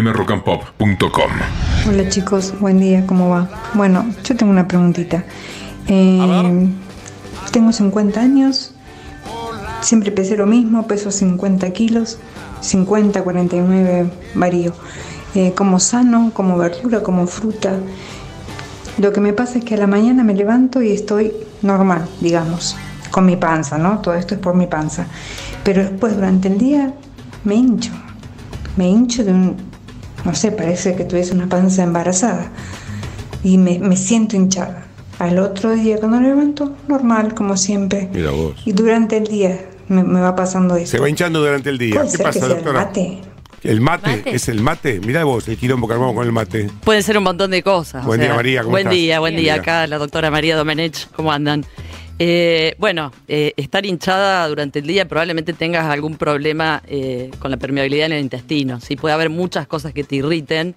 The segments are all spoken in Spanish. fmrockandpop.com. Hola chicos, buen día, ¿cómo va? Bueno, yo tengo una preguntita. Eh, tengo 50 años, siempre pesé lo mismo, peso 50 kilos, 50, 49 varío. Eh, como sano, como verdura, como fruta. Lo que me pasa es que a la mañana me levanto y estoy normal, digamos, con mi panza, ¿no? Todo esto es por mi panza. Pero después durante el día me hincho, me hincho de un, no sé, parece que tuviese una panza embarazada y me, me siento hinchada. Al otro día cuando me levanto, normal, como siempre. Mira vos. Y durante el día me, me va pasando eso. Se va hinchando durante el día. ¿Puede ¿Qué ser que pasa, sea el doctora? mate? El mate, ¿Mate? es el mate. Mirá vos, el quilombo que armamos con el mate. Pueden ser un montón de cosas. o Buen sea, día, María, ¿cómo buen estás? día, buen Bien. día. Bien. Acá la doctora María Domenech, ¿cómo andan? Eh, bueno, eh, estar hinchada durante el día probablemente tengas algún problema eh, con la permeabilidad en el intestino. Sí, puede haber muchas cosas que te irriten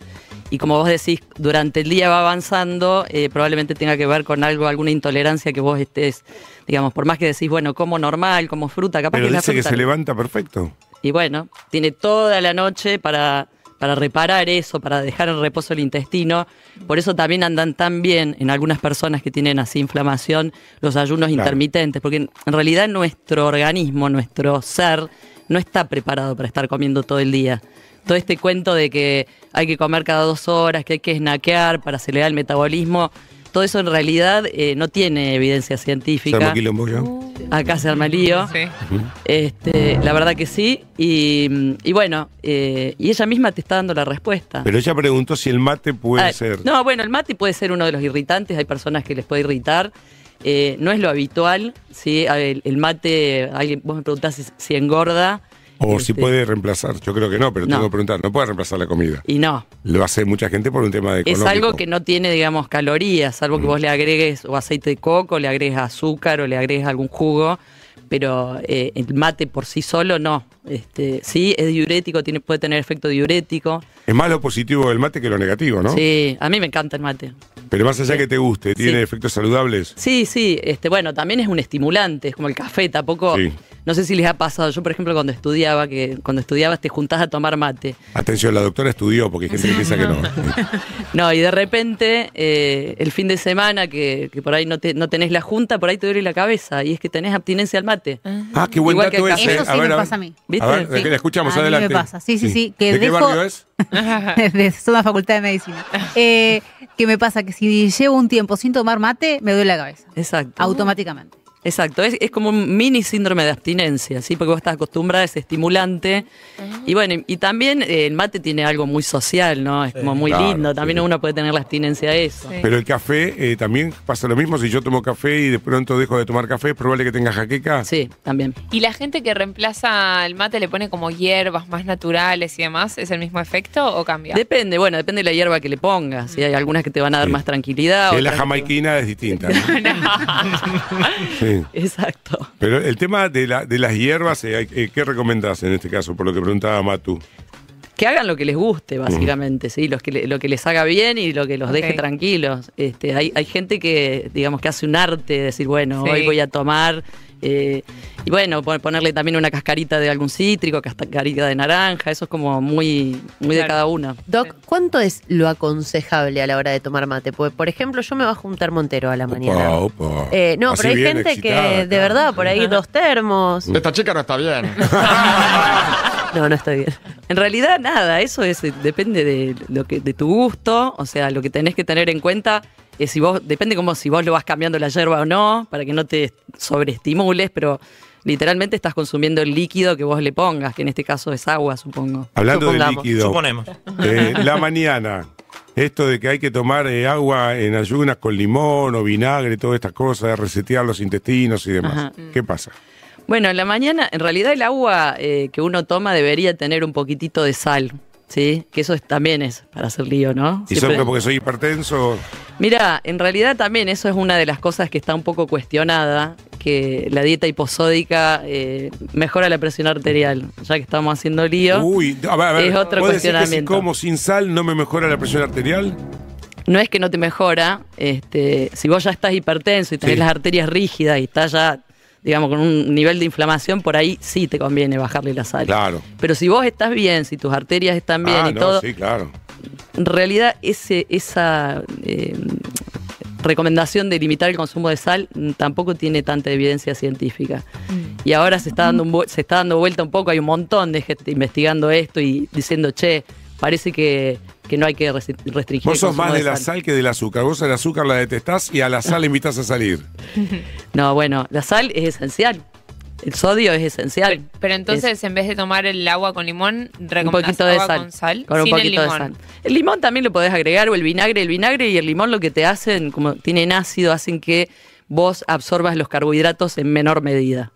y como vos decís, durante el día va avanzando, eh, probablemente tenga que ver con algo, alguna intolerancia que vos estés, digamos, por más que decís, bueno, como normal, como fruta, capaz Pero que es la dice que fruta. se levanta perfecto. Y bueno, tiene toda la noche para, para reparar eso, para dejar en reposo el intestino. Por eso también andan tan bien en algunas personas que tienen así inflamación los ayunos Claro. intermitentes, porque en en realidad nuestro organismo, nuestro ser, no está preparado para estar comiendo todo el día. Todo este cuento de que hay que comer cada dos horas, que hay que snackear para acelerar el metabolismo, todo eso en realidad eh, no tiene evidencia Se científica. arma quilombo ya. Uh. Acá se arma el lío. Sí. Este, la verdad que sí. Y, y bueno, eh, y ella misma te está dando la respuesta. Pero ella preguntó si el mate puede Ah, ser. No, bueno, el mate puede ser uno de los irritantes. Hay personas que les puede irritar. Eh, no es lo habitual, ¿sí? A ver, El, mate, alguien, vos me preguntás si, si engorda. O si Este, puede reemplazar. Yo creo que no, pero No. tengo que preguntar. No puede reemplazar la comida. Y no. Lo hace mucha gente por un tema de Es algo que no tiene, digamos, calorías, salvo Mm. que vos le agregues o aceite de coco, le agregues azúcar o le agregues algún jugo, pero eh, el mate por sí solo no. Este, sí, es diurético, tiene, puede tener efecto diurético. Es más lo positivo del mate que lo negativo, ¿no? Sí, a mí me encanta el mate. Pero más allá que te guste, tiene Sí. efectos saludables. Sí, sí, este, bueno, también es un estimulante, es como el café, tampoco, Sí. no sé si les ha pasado, yo por ejemplo cuando estudiaba, que cuando estudiabas te juntás a tomar mate, Atención, la doctora estudió porque hay gente que piensa que no. No, y de repente, eh, el fin de semana, que, que por ahí no, te- no tenés la junta, por ahí te duele la cabeza. Y es que tenés abstinencia al mate. Ah, qué buen Igual que dato acá. ese. Eso sí a ver, me a ver. pasa a mí. A ver, ¿Viste? ¿de qué la escuchamos? A mí me Adelante. pasa. Sí, sí, sí, que ¿De qué dejo- barrio es? de Suma Facultad de Medicina. Eh, que me pasa que si llevo un tiempo sin tomar mate, me duele la cabeza. Exacto. Automáticamente. Exacto. Es, es como un mini síndrome de abstinencia, ¿sí? Porque vos estás acostumbrada a ese estimulante. Y bueno, y, y también eh, el mate tiene algo muy social, ¿no? Es como muy Claro, lindo. sí. También uno puede tener la abstinencia a eso. Pero el café eh, también pasa lo mismo. Si yo tomo café y de pronto dejo de tomar café, es probable que tenga jaqueca. Sí, también. Y la gente que reemplaza el mate le pone como hierbas más naturales y demás, ¿es el mismo efecto o cambia? Depende, bueno, depende de la hierba que le pongas. ¿sí? Hay algunas que te van a dar Sí. más tranquilidad. Si es otras la que- jamaiquina, es distinta. ¿no? Sí. Exacto. Pero el tema de, la- de las hierbas, eh, eh, ¿qué recomendás en este caso? Por lo que preguntaba Matu. que hagan lo que les guste, básicamente, ¿sí? Los que le- lo que les haga bien y lo que los deje Ok. tranquilos. Este, hay, hay gente que, digamos, que hace un arte de decir, bueno, Sí. hoy voy a tomar. eh, y bueno, pon- ponerle también una cascarita de algún cítrico, cascarita de naranja, eso es como muy, muy de Claro. cada uno. Doc, ¿cuánto es lo aconsejable a la hora de tomar mate? Porque, por ejemplo, yo me bajo un termontero a la mañana. Opa, opa. Eh, no, Así pero hay bien gente excitada, que, de claro. verdad, por ahí dos termos. Esta chica no está bien. No, no estoy bien. En realidad nada, eso es, eh, depende de lo que, de tu gusto, o sea, lo que tenés que tener en cuenta es si vos, depende como si vos lo vas cambiando la yerba o no, para que no te sobreestimules, pero literalmente estás consumiendo el líquido que vos le pongas, que en este caso es agua, supongo. Hablando de Supongamos, líquido. Suponemos. eh, la mañana. Esto de que hay que tomar eh, agua en ayunas con limón o vinagre, todas estas cosas, resetear los intestinos y demás. Ajá. ¿Qué pasa? Bueno, en la mañana, en realidad el agua eh, que uno toma debería tener un poquitito de sal, ¿sí? Que eso es- también es para hacer lío, ¿no? Si Siempre- soplo porque soy hipertenso, Mira, en realidad también eso es una de las cosas que está un poco cuestionada, que la dieta hiposódica eh, mejora la presión arterial, ya que estamos haciendo lío. uy, a ver, a ver, Es otro ¿vos decís que si cuestionamiento. como sin sal no me mejora la presión arterial? No es que no te mejora, este, si vos ya estás hipertenso y tenés Sí. las arterias rígidas y estás ya digamos, con un nivel de inflamación, por ahí sí te conviene bajarle la sal. Claro. Pero si vos estás bien, si tus arterias están bien ah, y no, todo, sí, claro. en realidad ese, esa eh, recomendación de limitar el consumo de sal mm, tampoco tiene tanta evidencia científica. Mm. Y ahora se está, dando un vu- se está dando vuelta un poco, hay un montón de gente investigando esto y diciendo, che, parece que, que no hay que restri- restringir Vos el sos consumo más de la sal. sal que del azúcar. Vos el azúcar la detestás y a la sal la invitás a salir. No, bueno, la sal es esencial. El sodio es esencial. Pero, pero entonces, en vez de tomar el agua con limón, un recomendás poquito de agua sal. con sal. Con un sin el poquito de limón. sal. El limón también lo podés agregar, o el vinagre. El vinagre y el limón lo que te hacen, como tienen ácido, hacen que vos absorbas los carbohidratos en menor medida.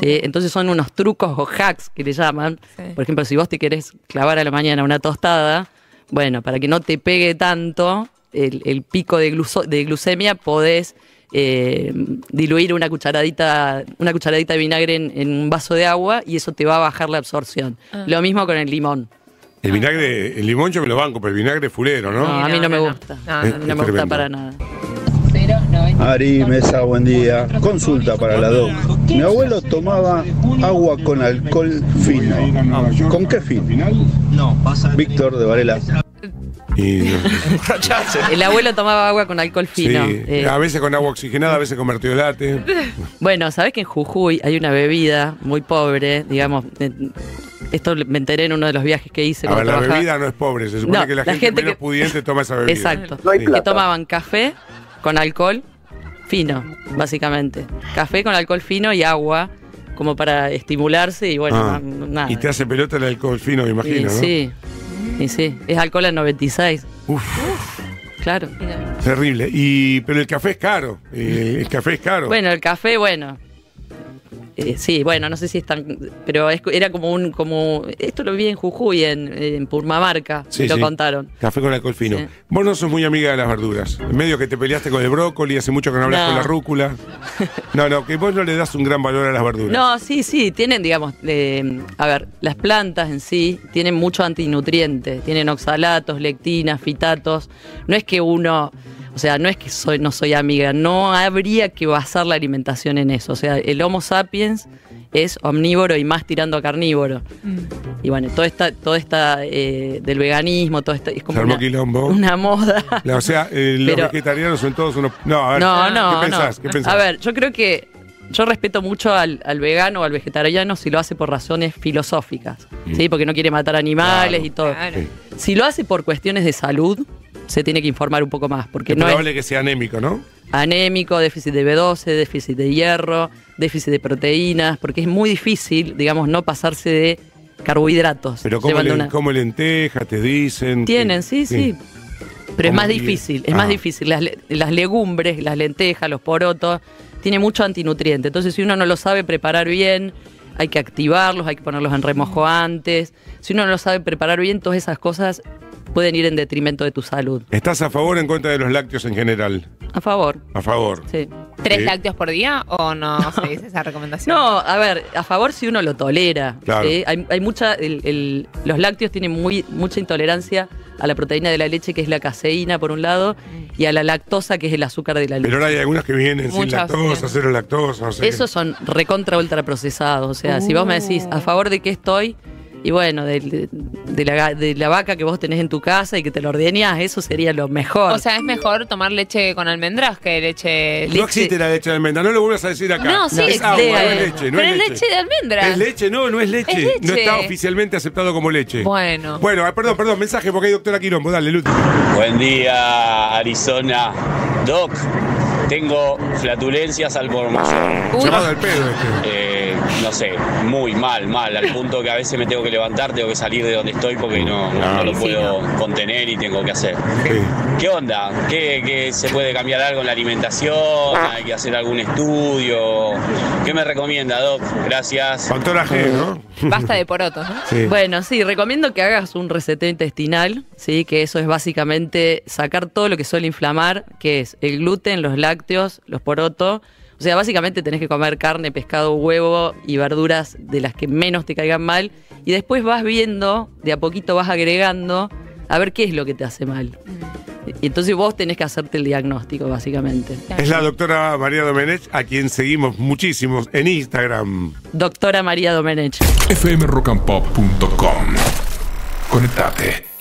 ¿sí? Entonces son unos trucos o hacks que le llaman. Sí. Por ejemplo, si vos te querés clavar a la mañana una tostada, bueno, para que no te pegue tanto el, el pico de, gluso- de glucemia, podés eh, diluir una cucharadita, una cucharadita de vinagre en, en un vaso de agua y eso te va a bajar la absorción. Lo mismo con el limón. El vinagre, el limón yo me lo banco, pero el vinagre es fulero, ¿no? No, a mí no, no, me no. gusta. No, No, no. me no, Es gusta tremendo. para nada. Ari, mesa, buen día. Consulta para la doc. Mi abuelo tomaba agua con alcohol fino. ¿Con qué fin? Víctor de Varela. Y, no. El abuelo tomaba agua con alcohol sí, fino. eh, a veces con agua oxigenada, a veces con vertiolate. Bueno, sabes que en Jujuy hay una bebida muy pobre, digamos. eh, Esto me enteré en uno de los viajes que hice. A ver, cuando la trabajaba. bebida no es pobre, se supone No, que la, la gente, gente menos que- pudiente toma esa bebida. Exacto. No hay que plata. tomaban café con alcohol fino, básicamente. Café con alcohol fino y agua, como para estimularse y bueno, Ah, na- nada. Y te hace pelota el alcohol fino, me Y imagino, ¿no? sí, y sí. Es alcohol a 96, Uf, claro. terrible. Y, pero el café es caro. eh, El, el café es caro. Bueno, el café, bueno. Eh, sí, bueno, no sé si es tan. Pero es- era como un. como Esto lo vi en Jujuy, en, en Purmamarca, me Sí, lo sí. contaron. Café con alcohol fino. Sí. Vos no sos muy amiga de las verduras. Medio que te peleaste con el brócoli, hace mucho que no hablas No. con la rúcula. No, no, que vos no le das un gran valor a las verduras. No, sí, sí, tienen, digamos, eh, a ver, las plantas en sí tienen mucho antinutriente, tienen oxalatos, lectinas, fitatos. No es que uno, o sea, no es que soy, no soy amiga, no habría que basar la alimentación en eso. O sea, el Homo sapiens es omnívoro y más tirando a carnívoro. Y bueno, todo esta, todo esta eh, del veganismo, todo esto es como Se armó una, quilombo. una moda. La- o sea, eh, los Pero- vegetarianos son todos unos. No, a ver, No, no, Ah, ¿qué pensás? no. ¿Qué pensás? A ver, yo creo que yo respeto mucho al, al vegano o al vegetariano si lo hace por razones filosóficas, ¿sí? Porque no quiere matar animales Mm. Claro. y todo. Claro. Sí. Si lo hace por cuestiones de salud, se tiene que informar un poco más, porque es no probable es que sea anémico, ¿no? anémico, déficit de B12, déficit de hierro, déficit de proteínas, porque es muy difícil, digamos, no pasarse de carbohidratos. Pero como, llevando len- una- como lentejas, te dicen. Tienen, que- sí, sí. Pero es ¿Cómo más diría? difícil, es más Ah. difícil. Las, le- las legumbres, las lentejas, los porotos, tiene mucho antinutriente. Entonces, si uno no lo sabe preparar bien, hay que activarlos, hay que ponerlos en remojo antes. Si uno no lo sabe preparar bien, todas esas cosas pueden ir en detrimento de tu salud. ¿Estás a favor o en contra de los lácteos en general? A favor, A favor. sí. ¿Tres Sí. lácteos por día o no se dice esa recomendación? No, a ver, a favor si uno lo tolera. Claro. ¿sí? Hay, hay mucha, el- el- los lácteos tienen muy, mucha intolerancia a la proteína de la leche, que es la caseína, por un lado, y a la lactosa, que es el azúcar de la leche. Pero ahora hay algunas que vienen sin Muchas, lactosa, sí. cero lactosa. no sé. Esos son recontra ultraprocesados. O sea, si vos me decís a favor de qué estoy, y bueno, del- de, la, ga- de la vaca que vos tenés en tu casa y que te lo ordeñás, eso sería lo mejor. O sea, es mejor tomar leche con almendras que leche. No existe la leche de almendra, no lo vuelvas a decir acá. No, sí, es es agua, de- no es leche. No pero es es leche de almendra. Es leche, no, no es leche. Es leche. No está oficialmente aceptado como leche. Bueno. Bueno, ah, perdón, perdón, mensaje porque hay doctora Quirombo, dale, Luti. Buen día, Arizona. Doc, tengo flatulencias al por mayor. Uy, Llamado al pedo este. Eh, no sé, muy mal, mal, al punto que a veces me tengo que levantar, tengo que salir de donde estoy porque no, no- no lo Sí, puedo contener y tengo que hacer. Sí. ¿Qué onda? ¿Qué, qué se puede cambiar algo en la alimentación? ¿Hay que hacer algún estudio? ¿Qué me recomienda, Doc? Gracias. Factora G, ¿no? basta de porotos, ¿no? Sí. Bueno, sí, recomiendo que hagas un reseteo intestinal, sí, que eso es básicamente sacar todo lo que suele inflamar, que es el gluten, los lácteos, los porotos. O sea, básicamente tenés que comer carne, pescado, huevo y verduras de las que menos te caigan mal. Y después vas viendo, de a poquito vas agregando, a ver qué es lo que te hace mal. Y entonces vos tenés que hacerte el diagnóstico, básicamente. Es la doctora María Domenech, a quien seguimos muchísimos en Instagram. Doctora María Domenech. fmrockandpop.com. Conectate.